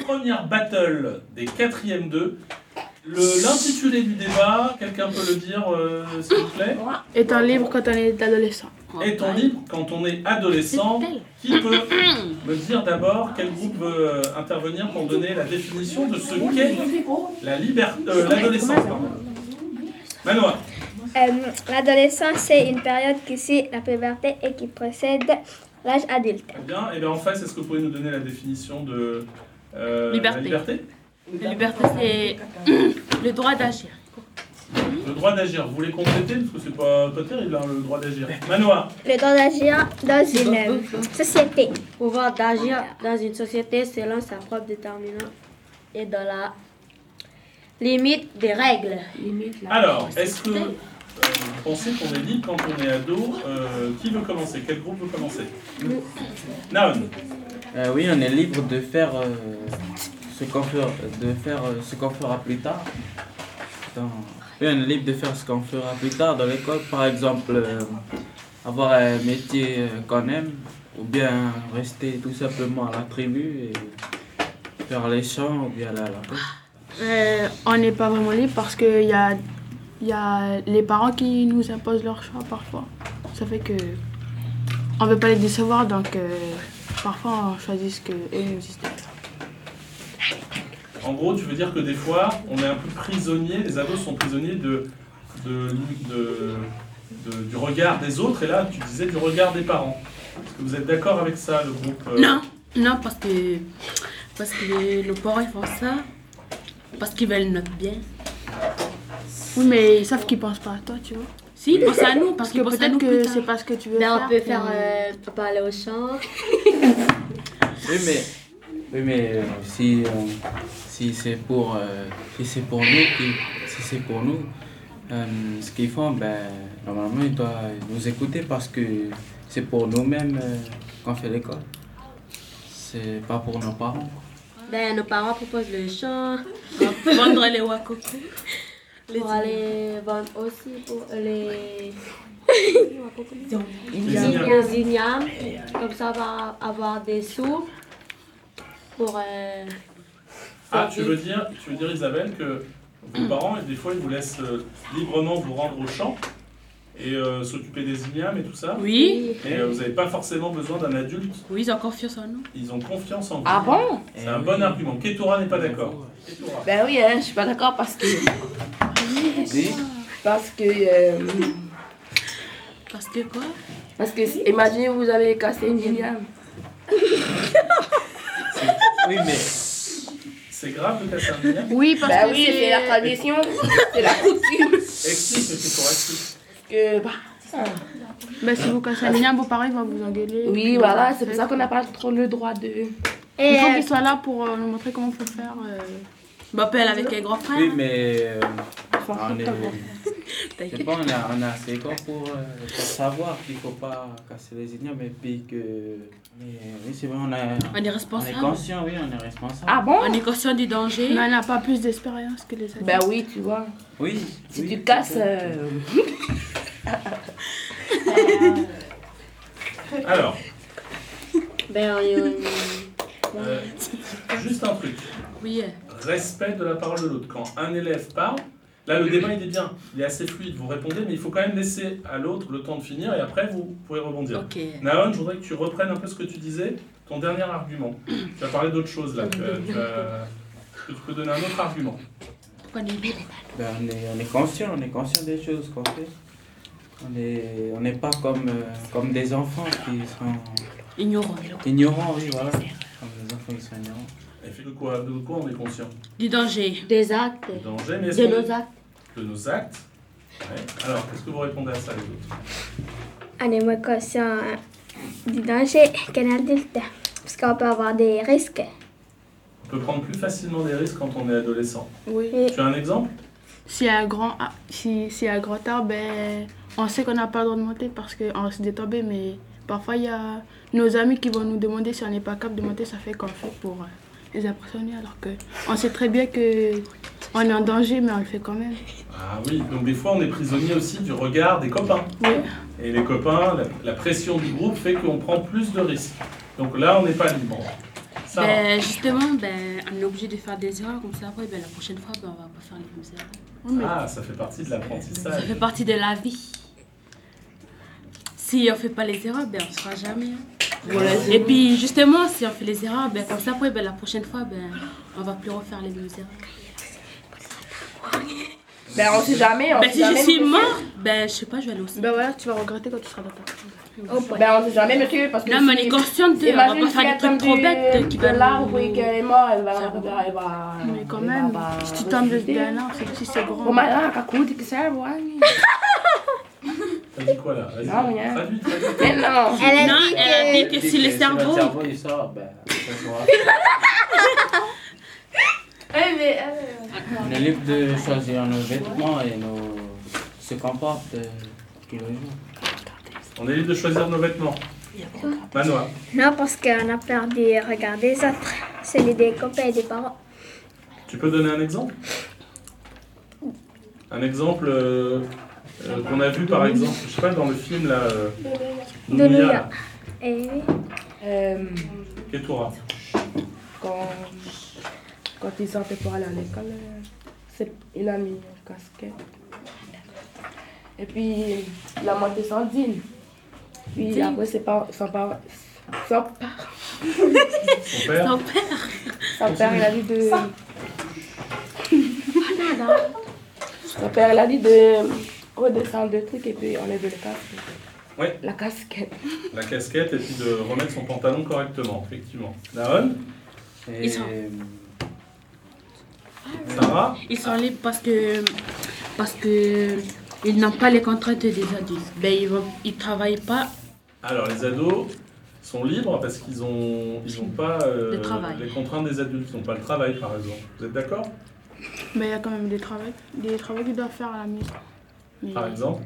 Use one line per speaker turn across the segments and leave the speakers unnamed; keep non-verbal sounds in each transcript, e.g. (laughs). première battle des quatrièmes 2. L'intitulé du débat, quelqu'un peut le dire, euh, s'il vous plaît
Est un livre quand on est adolescent.
Est-on libre quand on est adolescent Qui peut me dire d'abord quel groupe veut euh, intervenir pour donner la définition de ce qu'est la liberté, l'adolescence pardon. Manoa,
Euh, L'adolescence, c'est une période qui suit la puberté et qui précède l'âge adulte.
très Eh bien. Et bien en face, est-ce que vous pouvez nous donner la définition de euh,
Liberté.
la liberté
La liberté, c'est (clears throat) le droit d'agir.
Le droit d'agir. Vous voulez compléter Parce que c'est pas, pas terrible, hein, le droit d'agir. Manoa,
Le droit d'agir dans une euh, société.
hein. Pouvoir d'agir dans une société selon sa propre déterminante et dans la limite des règles.
alors, est-ce que euh, vous pensez qu'on est libre quand on est ado Euh, Qui veut commencer Quel groupe veut commencer Naon,
Euh, oui, on est libre de faire euh, ce qu'on fera, de faire euh, ce qu'on fera plus tard. Dans- Oui, on est libre de faire ce qu'on fera plus tard dans l'école, par exemple euh, avoir un métier euh, qu'on aime, ou bien rester tout simplement à la tribu et faire les champs ou bien aller à la pêche.
Euh, on n'est pas vraiment libre parce qu'il y a, y a les parents qui nous imposent leurs choix parfois. Ça fait que on ne veut pas les décevoir, donc euh, parfois on choisit ce que eux nous disent. de faire.
en gros, tu veux dire que des fois, on est un peu prisonnier, les ados sont prisonniers de, de, de- de- du regard des autres, et là, tu disais du regard des parents. Est-ce que vous êtes d'accord avec ça, le groupe euh,
Non, non, parce que, parce que les- nos parents ils font ça, parce qu'ils veulent notre bien.
Oui, mais ils savent qu'ils pensent pas à toi, tu vois.
Si, ils pensent à nous, parce
Parce que
qu'ils pensent à nous
peut-être
plus
que
tard.
c'est pas ce que tu veux
Ben,
faire.
on peut faire,
mais-
euh, on peut aller au champ.
Oui, mais, oui, mais euh, si, on- si c'est pour, euh, si c'est pour nous, qui- si c'est pour nous, euh, ce qu'ils font, ben, normalement, ils doivent nous écouter parce que c'est pour nous-mêmes euh, qu'on fait l'école. C'est pas pour nos parents.
Ben, nos parents proposent le champ
Vendre les wakoko. Les
pour aller vendre aussi pour les,
les ignames
les ignames. Comme ça, on va avoir des sous pour. euh,
Ah, tu veux dire, tu veux dire Isabelle que vos parents, et des fois, ils vous laissent euh, librement vous rendre au champ et euh, s'occuper des ignames et tout ça.
Oui,
Et euh, vous n'avez pas forcément besoin d'un adulte.
oui, ils ont confiance en nous.
Ils ont confiance en vous.
Ah bon
C'est un bon argument. Ketura n'est pas d'accord. Ketura.
Ben oui, hein, je suis pas d'accord parce que.
Dis.
Parce que. euh,
Parce que quoi
parce que si- imaginez, vous avez cassé une liane.
Oui, mais
C'est grave de casser un
euh,
igname.
Oui, parce
Ben
que
oui, c'est la tradition, c'est la coutume.
Explique, Ketura, explique.
Que, bah,
Ben, si vous cassez un lien, vos parents ils vont vous engueuler.
oui, voilà, c'est pour ça qu'on n'a pas trop le droit de.
Et
Il faut
euh,
qu'ils soient là pour euh, nous montrer comment faut faire. euh,
Je m'appelle avec les grands frères.
oui, mais euh,
Enfin,
on est,
T'inquiète.
c'est bon, on a, on a assez grand pour, euh, pour savoir qu'il faut pas casser les ignames et puis que, mais oui, c'est vrai, on a,
On est
on est
responsable.
conscient, oui, on est responsable.
Ah bon
On est conscient du danger.
Mais on n'a pas plus d'expérience que les autres.
Ben oui, tu vois.
Oui.
Si
oui.
tu casses. euh,
Alors,
Ben, on est une-
euh, juste un truc.
Oui, euh,
Respect de la parole de l'autre. Quand un élève parle, là le débat il est bien, il est assez fluide, vous répondez, mais il faut quand même laisser à l'autre le temps de finir et après vous pouvez rebondir.
ok.
Naon, je voudrais que tu reprennes un peu ce que tu disais, ton dernier argument. Tu as parlé d'autre chose là. Tu, as- tu as- est-ce que tu peux donner un autre argument.
Pourquoi on est libre
Ben, on, est, on est conscient, on est conscient des choses qu'on fait. On n'est on n'est pas comme, euh, comme des enfants qui sont
Ignorant.
ignorants, oui, voilà. Comme des enfants qui sont ignorants.
Et fait de quoi, de quoi on est conscient
Du danger.
des actes,
Du danger, mais est-ce
de
qu'on-
nos actes.
de nos actes. Ouais. Alors, qu'est-ce que vous répondez à ça les autres
on est moins conscient euh, du danger qu'un adulte. Parce qu'on peut avoir des risques.
On peut prendre plus facilement des risques quand on est adolescent.
Oui.
Et
Tu as un exemple
Si un grand, ar- si, si un grand arbre, ben, on sait qu'on n'a pas le droit de monter parce qu'on risque de tomber, mais parfois il y a nos amis qui vont nous demander si on n'est pas capable de monter, ça fait qu'on le fait pour euh, les impressionner, alors que on sait très bien que on est en danger, mais on le fait quand même.
Ah oui, donc des fois on est prisonnier aussi du regard des copains.
Oui.
Et les copains, la, la pression du groupe fait qu'on prend plus de risques. Donc là, on n'est pas libre. hein. Sarah.
Ben, justement, ben, on est obligé de faire des erreurs comme ça. Après, ben, la prochaine fois, ben, on va pas faire les mêmes erreurs.
Oui, mais
Ah, ça fait partie de
Ça
l'apprentissage.
(laughs) fait partie de la vie. Si on fait pas les erreurs, ben, on ne saura jamais. hein.
Voilà,
Et puis, justement, si on fait les erreurs, ben, comme ça, après, ben, la prochaine fois, ben, on va plus refaire les mêmes erreurs.
Ben, on sait jamais. On
Ben,
sait
si je
jamais,
suis
monsieur.
mort, ben, je sais pas, je vais aller au
ben voilà, tu vas regretter quand tu seras dans ta prison.
Oh boy.
Ben, on sait jamais, monsieur, parce que.
Non, mais on est
si-
consciente de. On va pas
Imagine si elle
faire des trucs
tombe
trop
du-
bêtes qui
de
veulent.
l'arbre et qu'elle est morte, elle va.
Ça va.
Elle va, elle va
Mais quand même, si tu tombes de un arbre, c'est si c'est grand.
Au malin, raconte que ça, ouais.
T'as dit quoi là Vas-y.
Non, rien.
Traduis, traduis.
Mais
Elle
non.
a
Non,
dit
elle a
que.
dit que Ah, si le
notre
cerveau.
cerveau, il sort, ben, ça
(laughs)
sera.
euh,
On est libre de choisir nos vêtements et nos... ce qu'on porte euh, tous les jours.
On est libre de choisir nos vêtements. Manoir.
Non, parce qu'on a peur des regards des autres. C'est les des copains et des parents.
Tu peux donner un exemple Un exemple euh, euh, qu'on a vu par exemple, je sais pas, dans le film là. euh,
Nounia.
Nounia, là,
Et oui.
Euh,
Ketura.
quand. Quand ils sortaient pour aller à l'école, euh, c'est- il a mis une casquette. Et puis, il a monté Sandine. Puis après, ses parents. Son parent. Son parent.
Son père.
Son père.
Son père, il a dit de. Son père, il a dit de redescendre le truc et puis enlever le casque.
Ouais.
La casquette.
La casquette et puis de remettre son pantalon correctement, effectivement. Naon,
Et, euh,
Ils sont-
Sarah,
Ils sont libres parce que parce que ils n'ont pas les contraintes des adultes. Ben ils vont, ils travaillent pas.
alors les ados sont libres parce qu'ils ont ils ont pas euh,
Le travail.
les contraintes des adultes, ils n'ont pas le travail par exemple. Vous êtes d'accord
Mais il y a quand même des travaux, des travaux qu'ils doivent faire à la maison. Mais-
Par exemple,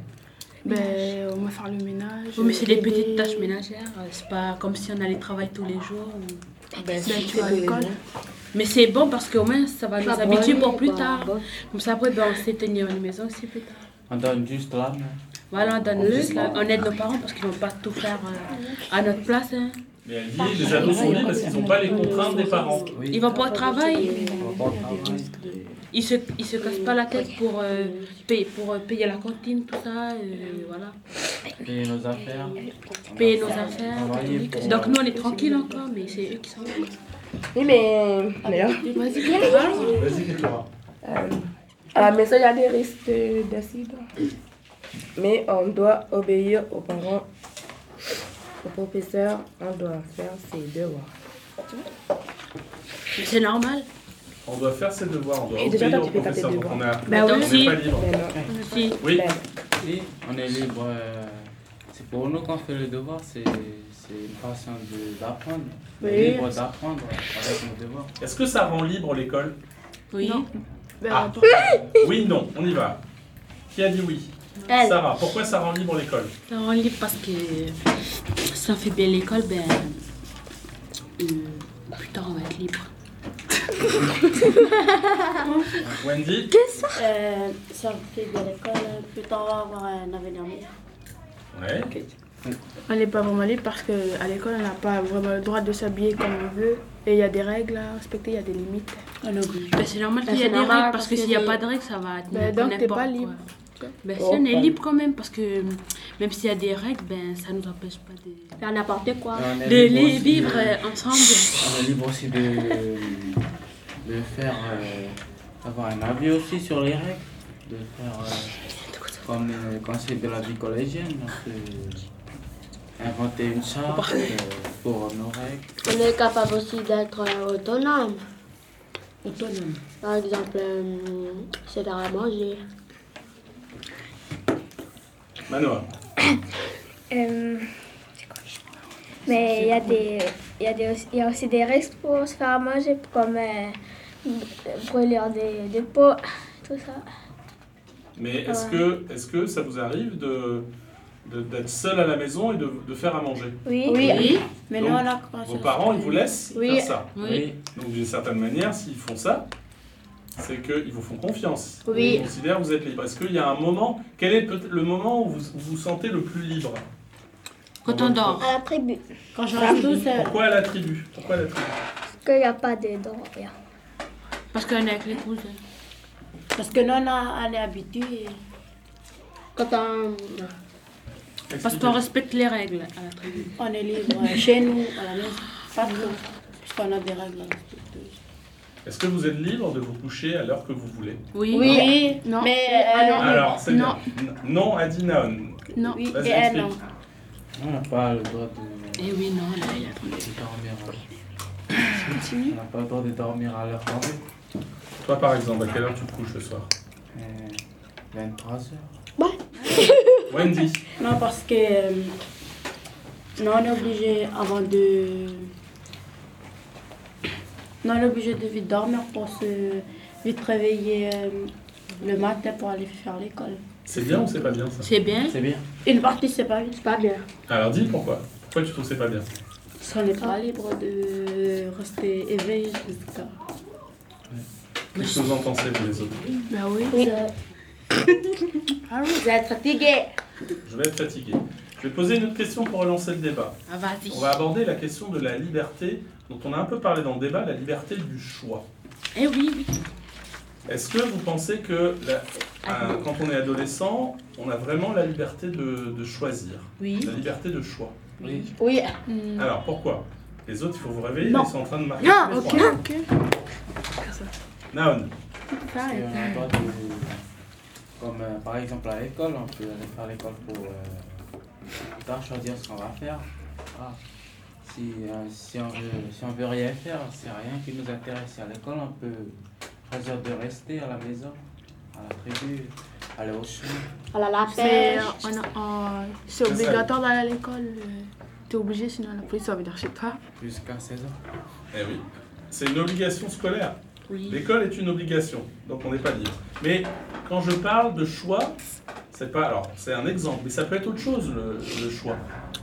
Ben, on va faire le ménage. euh,
Oui, mais c'est des
aider.
petites tâches ménagères. euh, C'est pas comme si on allait travailler tous les jours. ou-
Ben,
Ben, tu vas à l'école.
Mais c'est bon parce qu'au moins ça va nous habituer pour plus
Bah,
tard.
bon.
Comme ça après ben, on sait tenir une maison aussi plus tard.
on donne juste l'âme.
Voilà, on donne
On
le,
fait ça.
on aide nos parents parce qu'ils vont pas tout faire euh, à notre place. hein.
mais elle dit les ados sont libres parce qu'ils n'ont pas les contraintes des parents.
Oui.
Ils vont pas au travail,
On va pas travailler.
ils se, ils se cassent pas la tête pour, euh, payer, pour euh, payer la cantine, tout ça, euh, voilà.
payer nos affaires.
payer nos affaires.
Travailler pour-
Donc nous on est tranquille encore, mais c'est eux qui sont.
Oui, mais. D'ailleurs.
Vas-y,
Vas-y Ketura.
Euh, à la maison, il y a des risques de- d'accident. Mais on doit obéir aux parents, aux professeurs, on doit faire ses devoirs.
C'est normal.
On doit faire ses devoirs, on doit
Et déjà,
obéir
toi,
au
tu fais taper
professeur, donc
dedans.
on a-
Bah
on
Ben
oui.
n'est pas libre.
Mais non,
Si.
Oui,
ben,
Oui, euh, on est libre. euh, c'est pour nous qu'on fait le devoir, c'est c'est une façon de- d'apprendre. On est
Oui.
Libre d'apprendre avec nos devoirs.
est-ce que ça rend libre l'école
Oui.
Non. Ben,
Ah.
attends.
Oui, non, on y va. Qui a dit oui
Elle.
Sarah, pourquoi ça rend libre l'école
Ça rend libre parce que si on fait bien l'école, ben. euh, plus tard on va être libre.
Wendy
Euh, si on fait de l'école, plus tard on va avoir un avenir meilleur.
Ouais.
On n'est pas vraiment libre parce qu'à l'école, on n'a pas vraiment le droit de s'habiller comme on veut. Et il y a des règles à respecter, il y a des limites.
Ben, c'est normal
Ben,
qu'il y a
c'est
des
normal
règles
parce
parce que
que
s'il n'y a
les-
pas de règles, ça va être.
Ben, donc, t'es pas
n'importe quoi.
libre.
Ben, si
Oh,
on est
pas
libre quand même parce que même s'il y a des règles, ben ça nous empêche pas de.
Faire n'importe quoi.
Et on est
De
libre
les
aussi
vivre
de-
euh, ensemble.
On est libre aussi de, de faire. euh, avoir un avis aussi sur les règles. De faire. euh, comme le conseil de la vie collégienne, on peut inventer une charte euh, pour nos règles.
On est capable aussi d'être euh, autonome.
Autonome.
Par exemple, euh, c'est d'arrêt à manger.
Manoir.
Euh, mais il y, a des- il y, a des- il y a aussi des risques pour se faire manger, comme euh, brûlure des, des peaux, tout ça.
Mais est-ce
Ouais.
que, est que ça vous arrive de de- d'être seul à la maison et de, de faire à manger
Oui.
Oui.
Mais non, Vos parents, ils vous laissent
Oui.
faire ça.
Oui.
Donc d'une certaine manière, s'ils font ça, c'est qu'ils vous font confiance.
Oui.
Ils considèrent que vous êtes libre. Est-ce qu'il y a un moment, quel est peut-être le moment où vous où vous sentez le plus libre
Quand on dort.
À la tribu.
Quand je reste tout seul.
Pourquoi à la tribu Pourquoi à la tribu
qu'il n'y a pas de droit. rien.
Parce qu'on est avec les cousins.
Parce que nous, on, a- on est habitué. Quand on,
Parce qu'on respecte les règles à la tribune.
on est libre euh, chez nous, à la maison, pas trop. Parce qu'on a des règles à respecter.
Est-ce que vous êtes libre de vous coucher à l'heure que vous voulez
Oui.
Oui,
Non.
mais
Ah non.
Alors, c'est
Non.
bien. N- Non, à dit non.
Non.
oui,
Vas-y,
et elle,
explique.
non.
On n'a pas le droit de,
Et Eh oui, non, là, il y a trop de-
de dormir. euh, On n'a pas le droit de dormir à l'heure qu'on veut.
Toi, par exemple, à quelle heure tu te couches le soir
23h.
Wendy,
Non, parce que. euh, non, on est obligé avant de. Non, on est obligé de vite dormir pour se vite réveiller euh, le matin pour aller faire l'école.
c'est bien ou c'est pas bien ça
C'est bien.
C'est bien.
Une partie, c'est pas vite.
Pas bien.
Alors dis pourquoi. Pourquoi tu trouves que c'est pas bien
Parce qu'on n'est pas libre de rester éveillé jusqu'à.
Qu'est-ce que vous en pensez, vous les autres
Bah oui.
Vous êtes fatigué.
Je vais être fatigué. Je vais poser une autre question pour relancer le débat.
Ah, vas-y.
On va aborder la question de la liberté, dont on a un peu parlé dans le débat, la liberté du choix.
Eh oui, oui.
Est-ce que vous pensez que la- un- quand on est adolescent, on a vraiment la liberté de, de choisir
Oui.
La liberté de choix.
Oui.
Oui,
Hmm.
Alors pourquoi Les autres, il faut vous réveiller,
Non.
ils sont en train de marquer.
Non,
tous les
ok.
points.
Ok.
Naon,
Et on a le droit de. Comme euh, par exemple à l'école, on peut aller faire l'école pour euh, plus tard choisir ce qu'on va faire. Ah, si, euh, si, on veut, si on veut rien faire, c'est rien qui nous intéresse. À l'école, on peut choisir de rester à la maison, à la tribu, aller au sud.
Ah
on a la
C'est
pêche.
on a- on- c'est
ça.
obligatoire d'aller à l'école. euh, T'es obligé, sinon la police va venir chez toi.
Jusqu'à 16 ans.
eh oui, c'est une obligation scolaire.
Oui.
L'école est une obligation, donc on n'est pas libre. Mais quand je parle de choix, c'est pas. Alors, c'est un exemple, mais ça peut être autre chose, le, le choix.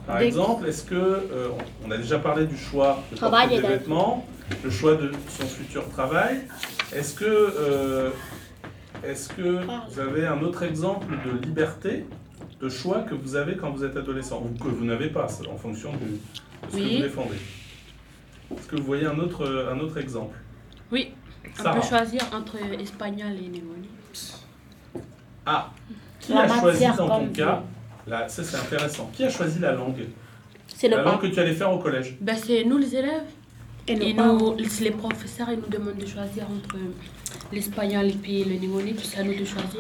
Par
Des-
exemple, est-ce que. euh, on on a déjà parlé du choix de porter
Travail et
des
d'aide.
vêtements, le choix de son futur travail. Est-ce que. euh, est-ce que vous avez un autre exemple de liberté, de choix que vous avez quand vous êtes adolescent Ou que vous n'avez pas, c'est en fonction de, de ce que
Oui.
vous défendez. Est-ce que vous voyez un autre, un autre exemple
Oui. On
Sarah.
peut choisir entre espagnol et némonie.
Ah, qui
La
a choisi
matière
dans ton
comme
cas la- Ça, c'est intéressant. Qui a choisi la langue
C'est
La
le
langue
pape.
que tu allais faire au collège
Ben, c'est nous les élèves.
euh,
Et
Et
le pape.
nous, les professeurs, ils nous demandent de choisir entre euh, l'espagnol et puis le némonie. Puis c'est à nous de choisir.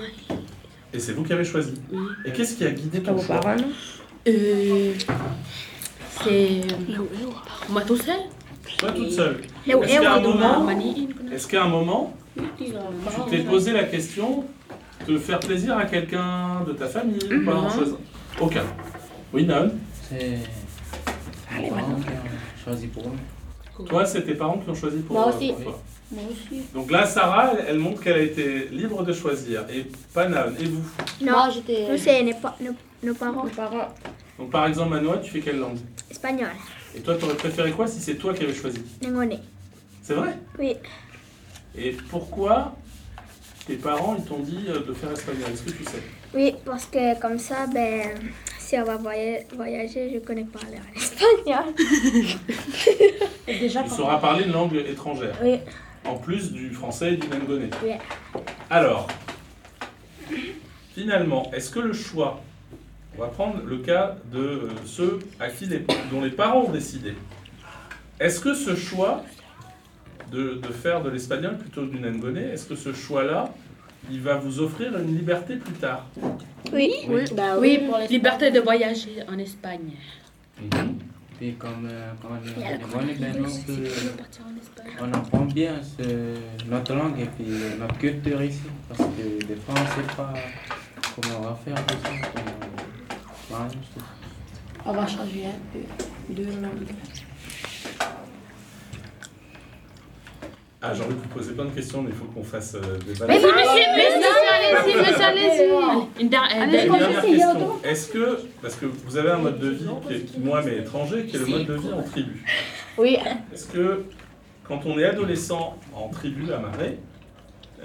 Et c'est vous qui avez choisi.
Oui.
Et qu'est-ce qui a guidé
T'as
ton
vos
choix
parents, non
Euh, c'est moi tout seul.
Toi toute seule.
Eh oui,
Est-ce qu'à un
eh oui,
hein.
moment,
Mani, une-
est-ce qu'à un moment,
Ils ont un
tu
parent.
t'es posé la question de faire plaisir à quelqu'un de ta famille
Mhm.
ou pas en
Non.
choisissant Aucun. Oui, Naon
C'est. Allez, Choisi pour nous.
Toi, c'est tes parents qui ont choisi pour
Moi aussi.
pour toi.
Moi aussi.
Donc là, Sarah, elle, elle montre qu'elle a été libre de choisir. Et pas Naon. Et vous
Non,
Moi, j'étais.
nous, c'est nos, pa- nos, nos parents
Vos parents,
Donc par exemple, Manoa, tu fais quelle langue
espagnols.
Et toi, t'aurais préféré quoi si c'est toi qui avais choisi
Némoné.
C'est vrai
Oui,
Et pourquoi tes parents ils t'ont dit euh, de faire espagnol Est-ce que tu sais
oui, parce que comme ça, ben, si on va voya- voyager, je connais pas l'air espagnol.
Et déjà,
Tu sauras parler une langue étrangère,
Oui,
en plus du français et du nangonais.
Oui.
Alors, finalement, est-ce que le choix On va prendre le cas de euh, ceux à qui les, dont les parents ont décidé. Est-ce que ce choix de, de faire de l'espagnol plutôt que du nangonais, est-ce que ce choix-là, il va vous offrir une liberté plus tard
oui,
Oui.
Bah
Oui,
oui, pour les
liberté de voyager en Espagne.
Puis comme, euh, comme on
Et alors,
est on est ben, on peut-
Partir en Espagne.
On apprend bien ce- notre langue et puis notre culture ici. Parce que des fois, on ne sait pas comment on va faire tout ça. comment- Ouais, je trouve.
On va changer un peu de langue.
Ah, j'ai envie de vous poser plein de questions, mais il faut qu'on fasse euh, des
Mais
balades.
vous, monsieur, monsieur, allez-y, monsieur, allez-y.
Une dernière-
Allez,
Une
dernière-
dernière question. Est-ce que, parce que vous avez un mode de vie qui est, qui, moi, mais étranger, qui est le mode de vie en tribu.
Oui.
Est-ce que, quand on est adolescent en tribu à Marais,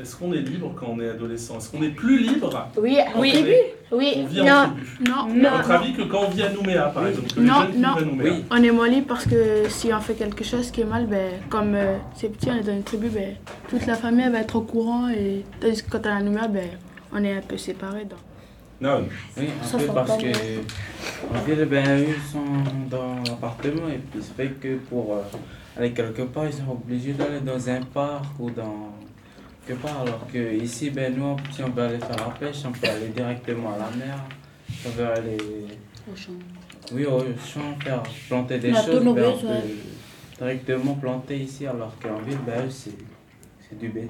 Est-ce qu'on est libre quand on est adolescent Est-ce qu'on est plus libre
Oui,
quand
oui,
on, est- on
oui.
vit en
Non,
tribu
Non,
À
non.
votre avis que quand on vit à Nouméa, par exemple, que les
Non,
jeunes qui
non.
vivent à Nouméa,
Oui.
On est moins libre parce que si on fait quelque chose qui est mal, ben, comme euh, c'est petit, on est dans une tribu, ben, toute la famille va être au courant. Et tandis que quand on est à Nouméa, ben, on est un peu séparés. donc.
non,
Oui, un
Ça
peu
sent
parce
pas
que
bien.
en ville, ben, eux ils sont dans l'appartement et puis ça fait que pour euh, aller quelque part, ils sont obligés d'aller dans un parc ou dans quelque part. Alors que ici, ben, nous, si on veut aller faire la pêche, on peut aller directement à la mer, on peut aller
Au champ.
oui, au champ, faire planter des
La
choses, ben, on
tonneuse, ouais.
peut directement planter ici. Alors qu'en ville, ben, eux, c'est c'est du béton.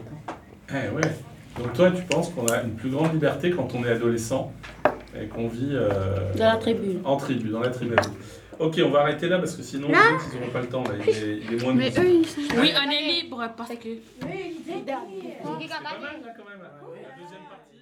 Eh ouais. Donc toi, tu penses qu'on a une plus grande liberté quand on est adolescent et qu'on vit euh,
Dans la tribu.
en tribu, dans la tribu. Ok, on va arrêter là parce que sinon les autres, ils n'auront pas le temps. Là. Il, est, il est moins de
Mais
12.
eux, ils sont.
Oui, on est libre parce que.
C'est pas mal, là, quand même. La deuxième partie.